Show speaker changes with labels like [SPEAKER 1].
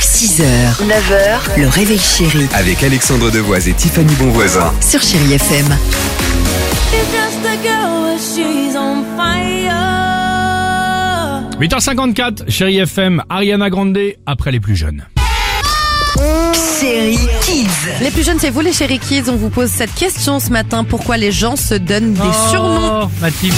[SPEAKER 1] 6h, 9h, le réveil chéri
[SPEAKER 2] Avec Alexandre Devoise et Tiffany Bonvoisin.
[SPEAKER 1] sur Chéri FM.
[SPEAKER 3] She's just a girl, but she's on fire.
[SPEAKER 4] 8h54, chérie FM, Ariana Grande, après les plus jeunes.
[SPEAKER 1] Chéri Kids.
[SPEAKER 5] Les plus jeunes, c'est vous les chéri kids. On vous pose cette question ce matin. Pourquoi les gens se donnent des surnoms
[SPEAKER 4] Oh, Mathilde.